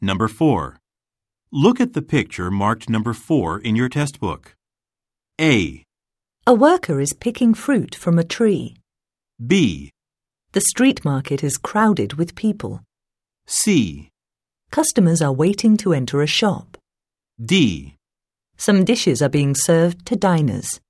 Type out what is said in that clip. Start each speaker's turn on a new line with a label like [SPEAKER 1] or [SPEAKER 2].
[SPEAKER 1] Number 4. Look at the picture marked number 4 in your test book. A,
[SPEAKER 2] A worker is picking fruit from a tree.
[SPEAKER 1] B,
[SPEAKER 2] The street market is crowded with people.
[SPEAKER 1] C,
[SPEAKER 2] Customers are waiting to enter a shop.
[SPEAKER 1] D.
[SPEAKER 2] Some dishes are being served to diners.